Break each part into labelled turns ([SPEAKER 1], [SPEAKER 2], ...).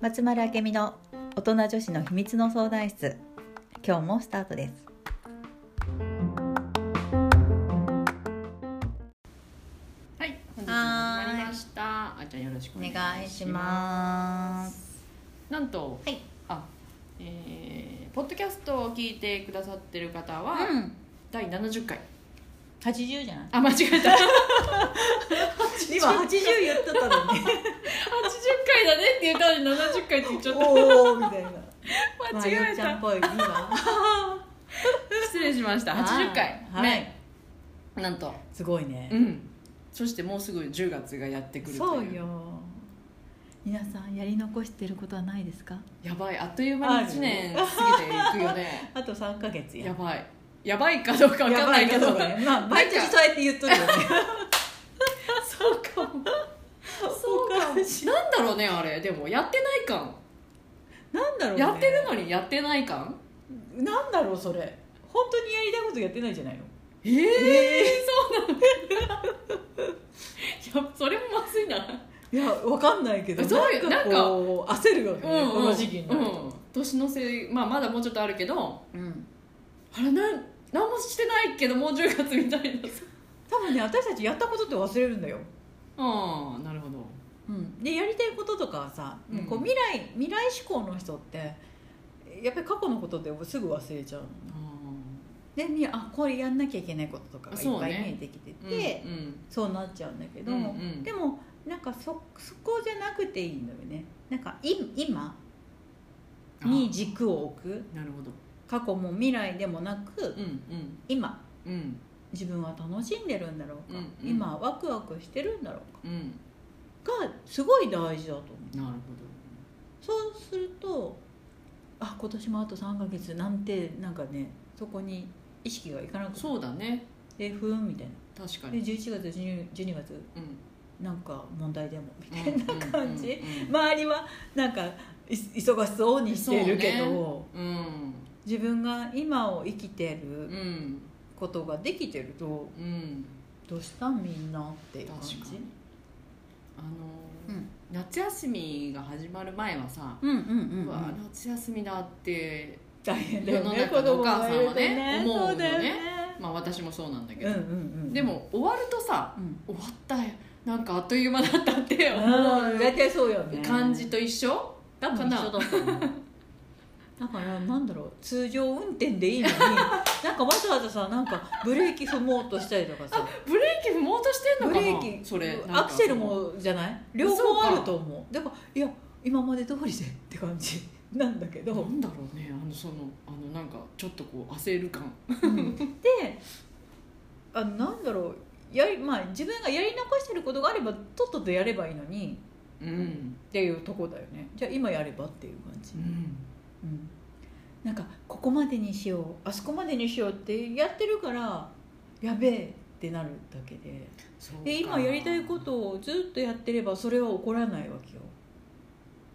[SPEAKER 1] 松丸明美の大人女子の秘密の相談室今日もスタートです
[SPEAKER 2] はい、本日も始まりました。あーちゃんよろしくお
[SPEAKER 1] お
[SPEAKER 2] 願いし
[SPEAKER 1] 願
[SPEAKER 2] ま
[SPEAKER 1] い
[SPEAKER 2] す。
[SPEAKER 1] します
[SPEAKER 2] なんと、
[SPEAKER 1] はい
[SPEAKER 2] あ、えー、ポッドキャストを聞いてくださってる方は、
[SPEAKER 1] うん
[SPEAKER 2] 第70回。
[SPEAKER 1] 80じゃない
[SPEAKER 2] あ、間違えた。80
[SPEAKER 1] 今80言ってたのに
[SPEAKER 2] 回だねって言ったのに70回って言っちゃった。
[SPEAKER 1] おおみたいなまあ
[SPEAKER 2] 間違
[SPEAKER 1] ゆ
[SPEAKER 2] え
[SPEAKER 1] うちゃん
[SPEAKER 2] た
[SPEAKER 1] っ。ぽい今
[SPEAKER 2] 失礼しました。80回。
[SPEAKER 1] はい、
[SPEAKER 2] ね。なんと。
[SPEAKER 1] すごいね、
[SPEAKER 2] うん。そしてもうすぐ10月がやってくると
[SPEAKER 1] そ
[SPEAKER 2] いう
[SPEAKER 1] よ皆さんやり残してることはないですか
[SPEAKER 2] やばいあっという間に1年過ぎていく よね
[SPEAKER 1] あと3か月
[SPEAKER 2] やばいやばいかどうかわかんないけど
[SPEAKER 1] ねまあ
[SPEAKER 2] 毎
[SPEAKER 1] 毎
[SPEAKER 2] 日
[SPEAKER 1] 日そうやって言っとるよね
[SPEAKER 2] そうかもそうかもなんだろうねあれでもやってない感、
[SPEAKER 1] なんだろう、ね、
[SPEAKER 2] やってるのにやってない感
[SPEAKER 1] なんだろうそれ本当にやりたいことやってないじゃないの
[SPEAKER 2] ええそうなのい やそれもまずいない
[SPEAKER 1] やわかんないけど
[SPEAKER 2] そうよ
[SPEAKER 1] なんかこう焦るよね、
[SPEAKER 2] うんうん
[SPEAKER 1] この時期になる
[SPEAKER 2] うん年のせい、まあ、まだもうちょっとあるけど
[SPEAKER 1] うん、
[SPEAKER 2] あれなん何もしてないけどもう10月みた いなさ
[SPEAKER 1] 多分ね私たちやったことって忘れるんだよ、
[SPEAKER 2] ああなるほど
[SPEAKER 1] うん、でやりたいこととかはさ、
[SPEAKER 2] うん
[SPEAKER 1] こう未来未来志向の人ってやっぱり過去のことってすぐ忘れちゃうの
[SPEAKER 2] あ
[SPEAKER 1] でみあこれやんなきゃいけないこととかがいっぱい
[SPEAKER 2] そうね
[SPEAKER 1] 見えてきて
[SPEAKER 2] ー
[SPEAKER 1] てそう,、
[SPEAKER 2] うんうん
[SPEAKER 1] なっちゃうんだけど、
[SPEAKER 2] うんうん
[SPEAKER 1] でもなんかそそこじゃなくていいんだよねなんかい今
[SPEAKER 2] あー
[SPEAKER 1] に軸を置く
[SPEAKER 2] なるほど
[SPEAKER 1] 過去も未来でもなく
[SPEAKER 2] うんうん
[SPEAKER 1] 今
[SPEAKER 2] うん
[SPEAKER 1] 自分は楽しんでるんだろうか、
[SPEAKER 2] うんうん
[SPEAKER 1] 今ワクワクしてるんだろ
[SPEAKER 2] うん
[SPEAKER 1] うかがすごい大事だと思う
[SPEAKER 2] なるほ
[SPEAKER 1] そうするとあ今年もあと3ヶ月なんてなんかねそこに意識がいかな
[SPEAKER 2] ど
[SPEAKER 1] く
[SPEAKER 2] そうだね
[SPEAKER 1] て不運みたいな
[SPEAKER 2] 確か
[SPEAKER 1] で
[SPEAKER 2] に、
[SPEAKER 1] 11月12月
[SPEAKER 2] うん、
[SPEAKER 1] なんか問題でもみた
[SPEAKER 2] う
[SPEAKER 1] い
[SPEAKER 2] ん
[SPEAKER 1] な感じ、
[SPEAKER 2] うんうんうん
[SPEAKER 1] 周りはなんかい忙しそうにしてるけ
[SPEAKER 2] そう
[SPEAKER 1] ど、
[SPEAKER 2] うん
[SPEAKER 1] 自分が今を生きて
[SPEAKER 2] う
[SPEAKER 1] る
[SPEAKER 2] ん
[SPEAKER 1] ことができてると
[SPEAKER 2] うん
[SPEAKER 1] どうしたみんなっていう
[SPEAKER 2] 確
[SPEAKER 1] 感
[SPEAKER 2] か
[SPEAKER 1] じ
[SPEAKER 2] にあのー
[SPEAKER 1] うん
[SPEAKER 2] 夏休みが始まる前はさ、
[SPEAKER 1] うんうん
[SPEAKER 2] う
[SPEAKER 1] うん、う
[SPEAKER 2] わ
[SPEAKER 1] ん、
[SPEAKER 2] 夏休みだって、
[SPEAKER 1] 大変だよね
[SPEAKER 2] 世の中のお母さん
[SPEAKER 1] 子
[SPEAKER 2] はね
[SPEAKER 1] 供がいると
[SPEAKER 2] 思うよね
[SPEAKER 1] そうだよね
[SPEAKER 2] まあ、私もそうなんだけ
[SPEAKER 1] うん
[SPEAKER 2] ど、
[SPEAKER 1] うんうん
[SPEAKER 2] で、も終わるとさ
[SPEAKER 1] うん、
[SPEAKER 2] 終わったよなんかあっという間だったって思
[SPEAKER 1] うん大
[SPEAKER 2] う
[SPEAKER 1] 体そうよね
[SPEAKER 2] 感じと一緒
[SPEAKER 1] 多分一緒だったと思うだからなんだろう通常運転でいいのに なんかわざわざさなんかブレーキ踏もうとしたりとかさ
[SPEAKER 2] ブレーキ踏もうとしてん
[SPEAKER 1] ブ
[SPEAKER 2] のか
[SPEAKER 1] レ
[SPEAKER 2] な
[SPEAKER 1] ーキ
[SPEAKER 2] それ
[SPEAKER 1] アクセルもじゃない両方あると思うだからいや今まで通りでって感じなんだけ
[SPEAKER 2] な
[SPEAKER 1] ど、
[SPEAKER 2] んだろうねあのそのあのなんかちょっとこう焦る感
[SPEAKER 1] うんであなんだろうやりまあ自分がやり残してることがあればとっととやればいいのに
[SPEAKER 2] うん
[SPEAKER 1] っていうとこだよねじゃあ今やればっていう感じ、
[SPEAKER 2] うん
[SPEAKER 1] うんなんかここまでにしようあそこまでにしようってやってるからやべえってなるだけで
[SPEAKER 2] そう
[SPEAKER 1] で
[SPEAKER 2] か
[SPEAKER 1] 今やりたいことをずっとやってればそれは起こらないわけよ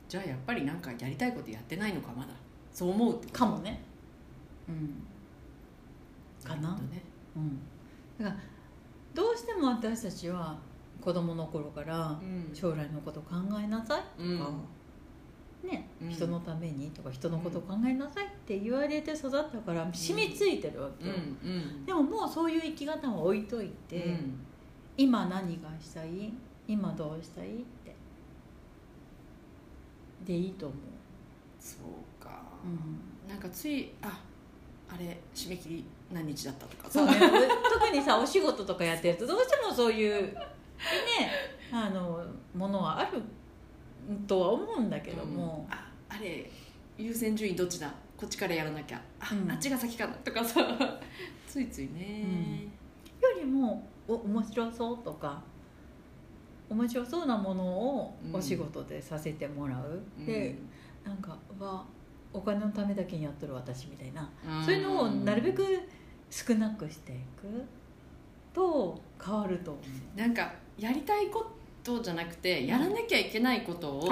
[SPEAKER 2] じゃあやっぱりなんかやりたいことやってないのかまだそう思うってこと
[SPEAKER 1] かもねうんかな
[SPEAKER 2] るほどね
[SPEAKER 1] うんだからどうしても私たちは子供の頃から
[SPEAKER 2] うん
[SPEAKER 1] 将来のこと考えなさいと
[SPEAKER 2] うん
[SPEAKER 1] か、ね、
[SPEAKER 2] うん
[SPEAKER 1] 人のためにとか人のこと考えなさいって言われて育ったから染みついてるわけ
[SPEAKER 2] うん
[SPEAKER 1] よ、
[SPEAKER 2] うん
[SPEAKER 1] でももうそういう生き方は置いといて、
[SPEAKER 2] うん
[SPEAKER 1] 今何がしたい今どうしたいってでいいと思う、
[SPEAKER 2] そうか
[SPEAKER 1] うん
[SPEAKER 2] なんかついああれ締め切り何日だったとか
[SPEAKER 1] そ
[SPEAKER 2] さ
[SPEAKER 1] うね、 特にさお仕事とかやってるとどうしてもそういうねあのものはあるとは思うんだけども、
[SPEAKER 2] ああれ優先順位どっちだこっちからやらなきゃあ
[SPEAKER 1] うん
[SPEAKER 2] あっちが先かなとかさ ついついね
[SPEAKER 1] よりもお面白そうとか面白そうなものをお仕事でさせてもらう、
[SPEAKER 2] うん
[SPEAKER 1] でなんかはお金のためだけにやっとる私みたいな、
[SPEAKER 2] ん
[SPEAKER 1] そういうのをなるべく少なくしていくと変わると思う。
[SPEAKER 2] なんかやりたいことじゃなくてやらなきゃいけないことをや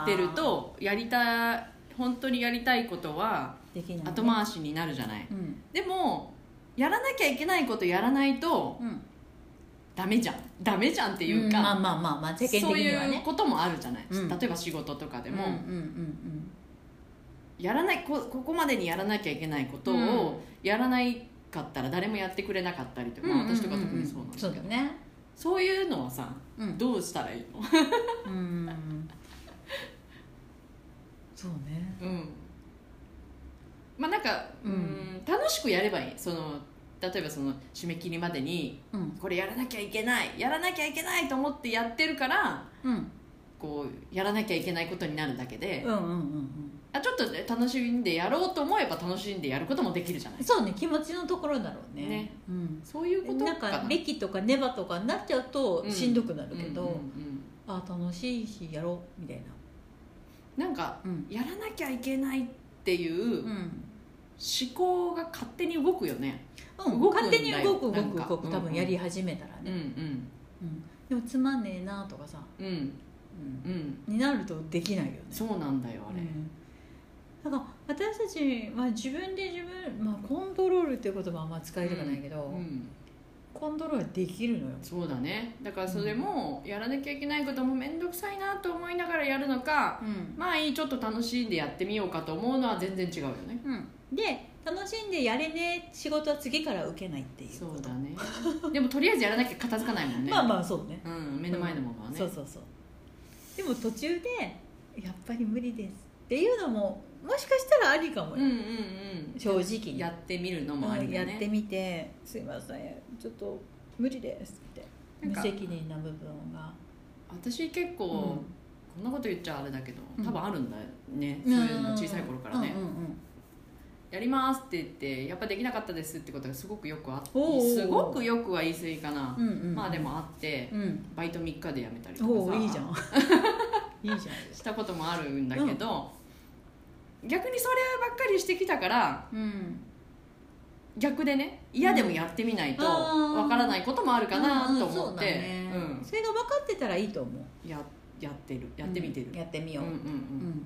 [SPEAKER 1] あ
[SPEAKER 2] っ
[SPEAKER 1] ー
[SPEAKER 2] てるとやりたい本当にやりたいことは
[SPEAKER 1] できないね
[SPEAKER 2] 後回しになるじゃない
[SPEAKER 1] うん
[SPEAKER 2] でもやらなきゃいけないことやらないと
[SPEAKER 1] うん
[SPEAKER 2] ダメじゃんダメじゃんって
[SPEAKER 1] て
[SPEAKER 2] いう
[SPEAKER 1] まあ
[SPEAKER 2] か、
[SPEAKER 1] まあまあまあ世間
[SPEAKER 2] そう
[SPEAKER 1] 的にはいね
[SPEAKER 2] うこともあるじゃない、
[SPEAKER 1] うん
[SPEAKER 2] 例えば仕事とかでも、
[SPEAKER 1] うんうん
[SPEAKER 2] やらないこここまでにやらなきゃいけないことをやらないかったら誰もやってくれなかったりと
[SPEAKER 1] う
[SPEAKER 2] か、
[SPEAKER 1] んうん
[SPEAKER 2] まあ、私とか特にそうなんだけど、
[SPEAKER 1] そうだね
[SPEAKER 2] そういうのはさ
[SPEAKER 1] うん
[SPEAKER 2] どうしたらいいの、
[SPEAKER 1] うんそうね
[SPEAKER 2] うんまあなんか、う
[SPEAKER 1] うんん、
[SPEAKER 2] 楽しくやればいいその例えばその締め切りまでに
[SPEAKER 1] うん
[SPEAKER 2] これやらなきゃいけないやらなきゃいけないと思ってやってるから
[SPEAKER 1] うん
[SPEAKER 2] こうやらなきゃいけないことになるだけで、
[SPEAKER 1] うんうんうん
[SPEAKER 2] あちょっとね楽しんでやろうと思えば楽しんでやることもできるじゃな
[SPEAKER 1] うん
[SPEAKER 2] い
[SPEAKER 1] そうね気持ちのところだろうね
[SPEAKER 2] ね
[SPEAKER 1] うん
[SPEAKER 2] そういうこと
[SPEAKER 1] なんか歴とかネバとかになっちゃうと
[SPEAKER 2] うん
[SPEAKER 1] しんどくなるけ
[SPEAKER 2] うんうん
[SPEAKER 1] ど
[SPEAKER 2] うん
[SPEAKER 1] あ楽しいしやろうみたいな
[SPEAKER 2] なんか
[SPEAKER 1] うん
[SPEAKER 2] やらなきゃいけないっていう
[SPEAKER 1] う
[SPEAKER 2] 思
[SPEAKER 1] ん
[SPEAKER 2] 考が勝手に動くよね、
[SPEAKER 1] うん
[SPEAKER 2] 動くんだよ
[SPEAKER 1] 勝手に動く動
[SPEAKER 2] なん
[SPEAKER 1] く
[SPEAKER 2] か
[SPEAKER 1] 動く多
[SPEAKER 2] うんう
[SPEAKER 1] 分
[SPEAKER 2] ん
[SPEAKER 1] やり始めたら
[SPEAKER 2] う
[SPEAKER 1] ね
[SPEAKER 2] ん
[SPEAKER 1] うんでもつまんねえなとかさ
[SPEAKER 2] うんうん
[SPEAKER 1] うん
[SPEAKER 2] うん
[SPEAKER 1] になるとできないよね
[SPEAKER 2] そうなんだよあれ、
[SPEAKER 1] うん、だから私たちは自分で自分、まあ、コントロールっていう言葉はあんま使いたくないけど、
[SPEAKER 2] うん
[SPEAKER 1] コントロールできるのよ
[SPEAKER 2] そうだねだからそれもやらなきゃいけないことも面倒くさいなと思いながらやるのか
[SPEAKER 1] うん、
[SPEAKER 2] まあいいちょっと楽しんでやってみようかと思うのは全然違うよね
[SPEAKER 1] で楽しんでやれね仕事は次から受けないっていう
[SPEAKER 2] そ
[SPEAKER 1] こと
[SPEAKER 2] うだねでもとりあえずやらなきゃ片付かないもんね
[SPEAKER 1] まあまあそうね
[SPEAKER 2] うん、目の前のものはね、
[SPEAKER 1] そうそうそうでも途中でやっぱり無理ですっていうのももしかしたらありかも
[SPEAKER 2] うん
[SPEAKER 1] よ、
[SPEAKER 2] うん
[SPEAKER 1] 正直
[SPEAKER 2] うん
[SPEAKER 1] に
[SPEAKER 2] やってみるのもあ
[SPEAKER 1] う
[SPEAKER 2] り
[SPEAKER 1] ん
[SPEAKER 2] だ
[SPEAKER 1] や
[SPEAKER 2] ね
[SPEAKER 1] ってみて「すいませんちょっと無理です」って
[SPEAKER 2] なん
[SPEAKER 1] 無
[SPEAKER 2] か
[SPEAKER 1] 責任な部分が
[SPEAKER 2] 私結構、
[SPEAKER 1] うん
[SPEAKER 2] こんなこと言っちゃあれだけど
[SPEAKER 1] うん
[SPEAKER 2] 多分あるんだよね、そういうの小さい頃からね、
[SPEAKER 1] うんうんうん
[SPEAKER 2] やりますって言ってやっぱできなかったですってことがすごくよくあって
[SPEAKER 1] おうおうおう
[SPEAKER 2] すごくよくは言い過ぎかな、
[SPEAKER 1] うんうんうん
[SPEAKER 2] まあでもあって
[SPEAKER 1] うん
[SPEAKER 2] バイト3日で辞めたりと
[SPEAKER 1] おお
[SPEAKER 2] かさ
[SPEAKER 1] いいじゃん いいじ
[SPEAKER 2] したこともあるんだけど、逆にそればっかりしてきたから
[SPEAKER 1] ゃんうん
[SPEAKER 2] 逆でね嫌でもやってみないと
[SPEAKER 1] うんあー
[SPEAKER 2] わからないこともあるかなと思
[SPEAKER 1] うんそう
[SPEAKER 2] っ
[SPEAKER 1] だ
[SPEAKER 2] て
[SPEAKER 1] ね
[SPEAKER 2] うん
[SPEAKER 1] それが分かってたらいいと思う
[SPEAKER 2] ややってるやってみてる
[SPEAKER 1] うん、やってみ
[SPEAKER 2] う
[SPEAKER 1] よ
[SPEAKER 2] ん
[SPEAKER 1] う
[SPEAKER 2] うんうん
[SPEAKER 1] うん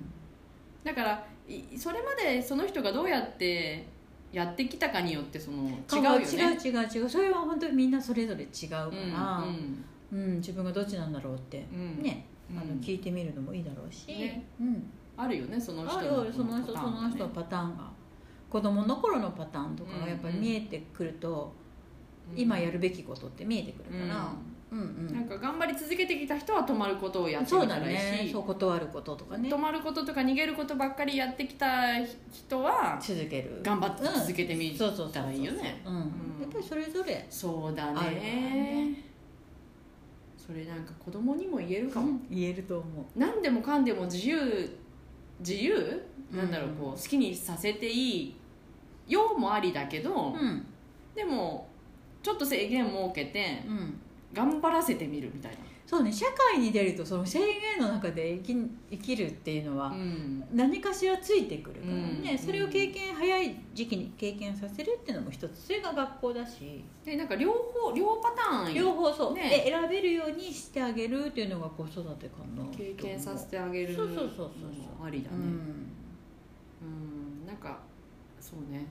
[SPEAKER 2] だからいそれまでその人がどうやってやってきたかによってその違うよね
[SPEAKER 1] 違う違う違うそれは本当にみんなそれぞれ違うから
[SPEAKER 2] うんうん
[SPEAKER 1] うん自分がどっちなんだろうって
[SPEAKER 2] うん
[SPEAKER 1] ねあ
[SPEAKER 2] うん
[SPEAKER 1] の聞いてみるのもいいだろうし
[SPEAKER 2] ね
[SPEAKER 1] うん
[SPEAKER 2] あるよねその人
[SPEAKER 1] あるあるその人そ
[SPEAKER 2] パターン
[SPEAKER 1] の人の
[SPEAKER 2] ね
[SPEAKER 1] パターンが子供の頃のパターンとかがやっぱり見えてくると今やるべきことって見えてくるからうんう
[SPEAKER 2] うんなん
[SPEAKER 1] ん
[SPEAKER 2] か頑張り続けてきた人は止まることをやって
[SPEAKER 1] そ
[SPEAKER 2] み
[SPEAKER 1] う
[SPEAKER 2] た
[SPEAKER 1] だ
[SPEAKER 2] らいい
[SPEAKER 1] ね
[SPEAKER 2] し
[SPEAKER 1] そう断ることとかね
[SPEAKER 2] 止まることとか逃げることばっかりやってきた人は
[SPEAKER 1] 続ける
[SPEAKER 2] 頑張って続けてみ
[SPEAKER 1] そうそうそう
[SPEAKER 2] たらいいよね
[SPEAKER 1] うん
[SPEAKER 2] うん
[SPEAKER 1] やっぱりそれぞれ
[SPEAKER 2] そうだ
[SPEAKER 1] あるよ
[SPEAKER 2] ね
[SPEAKER 1] ね
[SPEAKER 2] それなんか子供にも言えるかも、
[SPEAKER 1] 言えると思う
[SPEAKER 2] 何でもかんでも自由自由、
[SPEAKER 1] うん
[SPEAKER 2] なんだろうこう好きにさせていいようもありだけど、
[SPEAKER 1] うん
[SPEAKER 2] でもちょっと制限設けて
[SPEAKER 1] うん
[SPEAKER 2] 頑張らせてみるみたい
[SPEAKER 1] そうね社会に出るとその制限の中で生き生きるっていうの
[SPEAKER 2] な、
[SPEAKER 1] は
[SPEAKER 2] うん、
[SPEAKER 1] 何かしらついてくるからね、
[SPEAKER 2] うん
[SPEAKER 1] それを経験早い時期に経験させるっていうのも一つそれが学校だし、
[SPEAKER 2] でなんか両方両パターン
[SPEAKER 1] 両方そう、
[SPEAKER 2] ね
[SPEAKER 1] で選べるようにしてあげるっていうのが子育てかな
[SPEAKER 2] 経験させてあげる
[SPEAKER 1] そうそうそうそう
[SPEAKER 2] のもありだ
[SPEAKER 1] う
[SPEAKER 2] ね
[SPEAKER 1] ん
[SPEAKER 2] うん、なんかそうね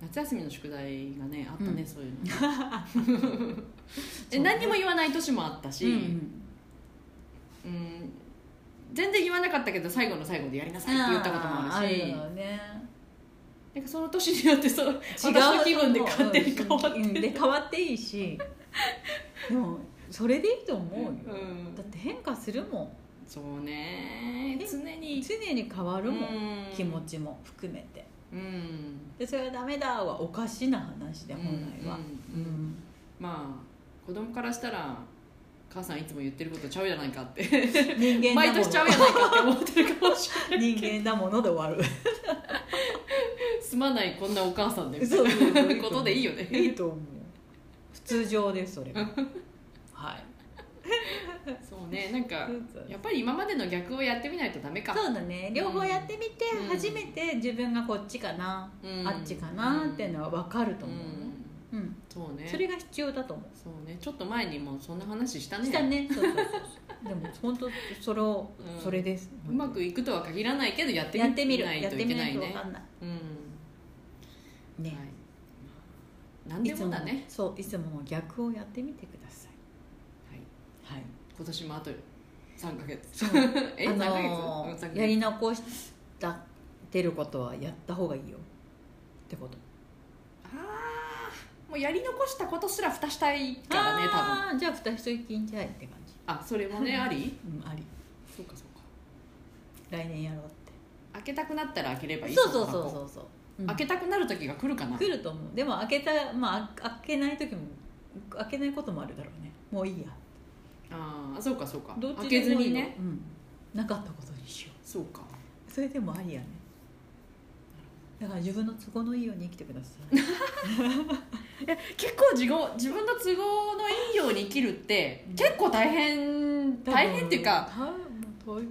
[SPEAKER 2] 夏休みの宿題がねあったね、
[SPEAKER 1] うん
[SPEAKER 2] そういう の
[SPEAKER 1] そ
[SPEAKER 2] で
[SPEAKER 1] うね
[SPEAKER 2] 何にも言わない年もあったし、
[SPEAKER 1] うん
[SPEAKER 2] うん全然言わなかったけど最後の最後でやりなさいって言ったこともあるし
[SPEAKER 1] あよね
[SPEAKER 2] なんかその年によってその
[SPEAKER 1] 違
[SPEAKER 2] 私
[SPEAKER 1] う
[SPEAKER 2] の気分で勝手に変わって
[SPEAKER 1] うんで変わっていいしでもそれでいいと思うよ、
[SPEAKER 2] うん
[SPEAKER 1] だって変化するもん
[SPEAKER 2] そうね
[SPEAKER 1] え
[SPEAKER 2] 常に
[SPEAKER 1] 常に変わるもん、
[SPEAKER 2] うん
[SPEAKER 1] 気持ちも含めて
[SPEAKER 2] うん
[SPEAKER 1] でそれはダメだはおかしな話で本来は
[SPEAKER 2] うんうんまあ子供からしたら母さんいつも言ってることちゃうやないかって
[SPEAKER 1] 人間
[SPEAKER 2] 毎
[SPEAKER 1] だも
[SPEAKER 2] 年ちゃうやないかって思ってるかもしれ
[SPEAKER 1] の人間だもので 終わる
[SPEAKER 2] ないすまないこんなお母さんでみたい
[SPEAKER 1] そう
[SPEAKER 2] な
[SPEAKER 1] そうそう
[SPEAKER 2] こと でいいよね
[SPEAKER 1] いいと思う普通常ですそれがはい
[SPEAKER 2] そうねなんか
[SPEAKER 1] そう
[SPEAKER 2] やっぱり今までの逆をやってみないとダメか
[SPEAKER 1] そうだね両方やってみて
[SPEAKER 2] うん
[SPEAKER 1] 初めて自分がこっちかな、
[SPEAKER 2] うん
[SPEAKER 1] あっちかなっていうのは分かると思う、
[SPEAKER 2] うん
[SPEAKER 1] うん
[SPEAKER 2] そうね
[SPEAKER 1] それが必要だと思う
[SPEAKER 2] そうねちょっと前にもそんな話したね
[SPEAKER 1] したねそうそうそうそうでも本当それを、
[SPEAKER 2] うん
[SPEAKER 1] それです
[SPEAKER 2] うまくいくとは限らないけどやってみ
[SPEAKER 1] やってみる
[SPEAKER 2] ない
[SPEAKER 1] やっ
[SPEAKER 2] と
[SPEAKER 1] て
[SPEAKER 2] い
[SPEAKER 1] み
[SPEAKER 2] け
[SPEAKER 1] な
[SPEAKER 2] ないい
[SPEAKER 1] と分
[SPEAKER 2] ね
[SPEAKER 1] かんない
[SPEAKER 2] うん
[SPEAKER 1] ね、
[SPEAKER 2] はい何でもだね
[SPEAKER 1] そういつもの逆をやってみてください
[SPEAKER 2] 今年もあと3ヶ月
[SPEAKER 1] そう
[SPEAKER 2] え
[SPEAKER 1] あ
[SPEAKER 2] 三
[SPEAKER 1] の
[SPEAKER 2] 3ヶ月うん三ヶ月
[SPEAKER 1] やり残した出ることはやった方がいいよってこと
[SPEAKER 2] あーもうやり残したことすら蓋したいからね多分
[SPEAKER 1] あーじゃあ蓋一息んじゃいって感じ
[SPEAKER 2] あそれもねあり
[SPEAKER 1] うんあり
[SPEAKER 2] そうかそうか
[SPEAKER 1] 来年やろうって
[SPEAKER 2] 開けたくなったら開ければいい
[SPEAKER 1] そうそうそう
[SPEAKER 2] 箱
[SPEAKER 1] そうそう、うん
[SPEAKER 2] 開けたくなる時が来るかな
[SPEAKER 1] 来ると思うでも開けたまあ開けない時も開けないこともあるだろうねもういいや
[SPEAKER 2] ああそうかそうか
[SPEAKER 1] どっ
[SPEAKER 2] 開
[SPEAKER 1] ち
[SPEAKER 2] け
[SPEAKER 1] で
[SPEAKER 2] ず
[SPEAKER 1] もい
[SPEAKER 2] に
[SPEAKER 1] いよ
[SPEAKER 2] ね
[SPEAKER 1] うん、なかったことにしよ
[SPEAKER 2] そうか
[SPEAKER 1] うそれでもありやねだから自分の都合のいいように生きてください
[SPEAKER 2] 結構自己自分の都合のいいように生きるって
[SPEAKER 1] うん
[SPEAKER 2] 結構大変大変っていうか
[SPEAKER 1] 多分はいもう大ま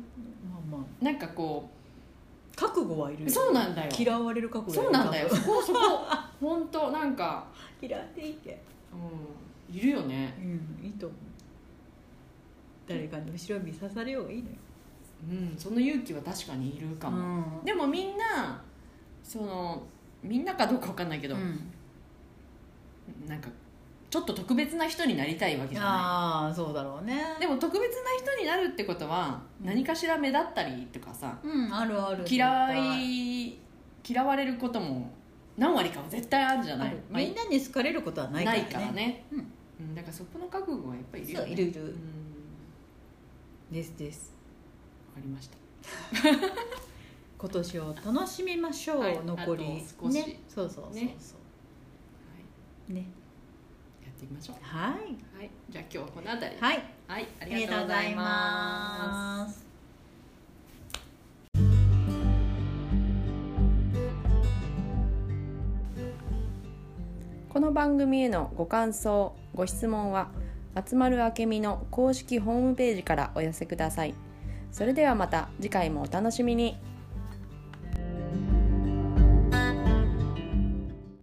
[SPEAKER 1] あまあ
[SPEAKER 2] なんかこ
[SPEAKER 1] 覚悟はいるよ
[SPEAKER 2] そうなんだよ
[SPEAKER 1] 嫌われる覚
[SPEAKER 2] う
[SPEAKER 1] 悟
[SPEAKER 2] そうなんだよそこそこ本当なんか、
[SPEAKER 1] 嫌っていいけ
[SPEAKER 2] うん、いるよね
[SPEAKER 1] うんいいと思う誰かに後ろ指さされようがいいのよ
[SPEAKER 2] うんその勇気は確かにいるかも、
[SPEAKER 1] も
[SPEAKER 2] でもみんなそのみんなかどうかわかんないけど、なんかちょっと特別な人になりたいわけじゃない
[SPEAKER 1] ああそうだろうね
[SPEAKER 2] でも特別な人になるってことは
[SPEAKER 1] うん
[SPEAKER 2] 何かしら目立ったりとかさ
[SPEAKER 1] うんあるある
[SPEAKER 2] 嫌い嫌われることも何割かは絶対あるじゃ
[SPEAKER 1] あ
[SPEAKER 2] ない
[SPEAKER 1] る、
[SPEAKER 2] まあ
[SPEAKER 1] みんなに好かれることはないか
[SPEAKER 2] な
[SPEAKER 1] ら
[SPEAKER 2] い
[SPEAKER 1] ね
[SPEAKER 2] からね
[SPEAKER 1] う
[SPEAKER 2] うんだからそこの覚悟はやっぱりいるよ、ね、
[SPEAKER 1] そういるいる
[SPEAKER 2] うんわ
[SPEAKER 1] ですです
[SPEAKER 2] かりました
[SPEAKER 1] 今年を楽しみましょう、
[SPEAKER 2] はい
[SPEAKER 1] 残り
[SPEAKER 2] あと少し
[SPEAKER 1] ねそうそうそうそう
[SPEAKER 2] ねはい
[SPEAKER 1] ね
[SPEAKER 2] やっていきましょ
[SPEAKER 1] はい、
[SPEAKER 2] うはいじゃあ今日はこの辺り
[SPEAKER 1] はい、
[SPEAKER 2] はい、あ
[SPEAKER 1] あ
[SPEAKER 2] りがとうございます
[SPEAKER 1] す
[SPEAKER 3] この番組へのご感想ご質問は松丸明美の公式ホームページからお寄せくださいそれではまた次回もお楽しみに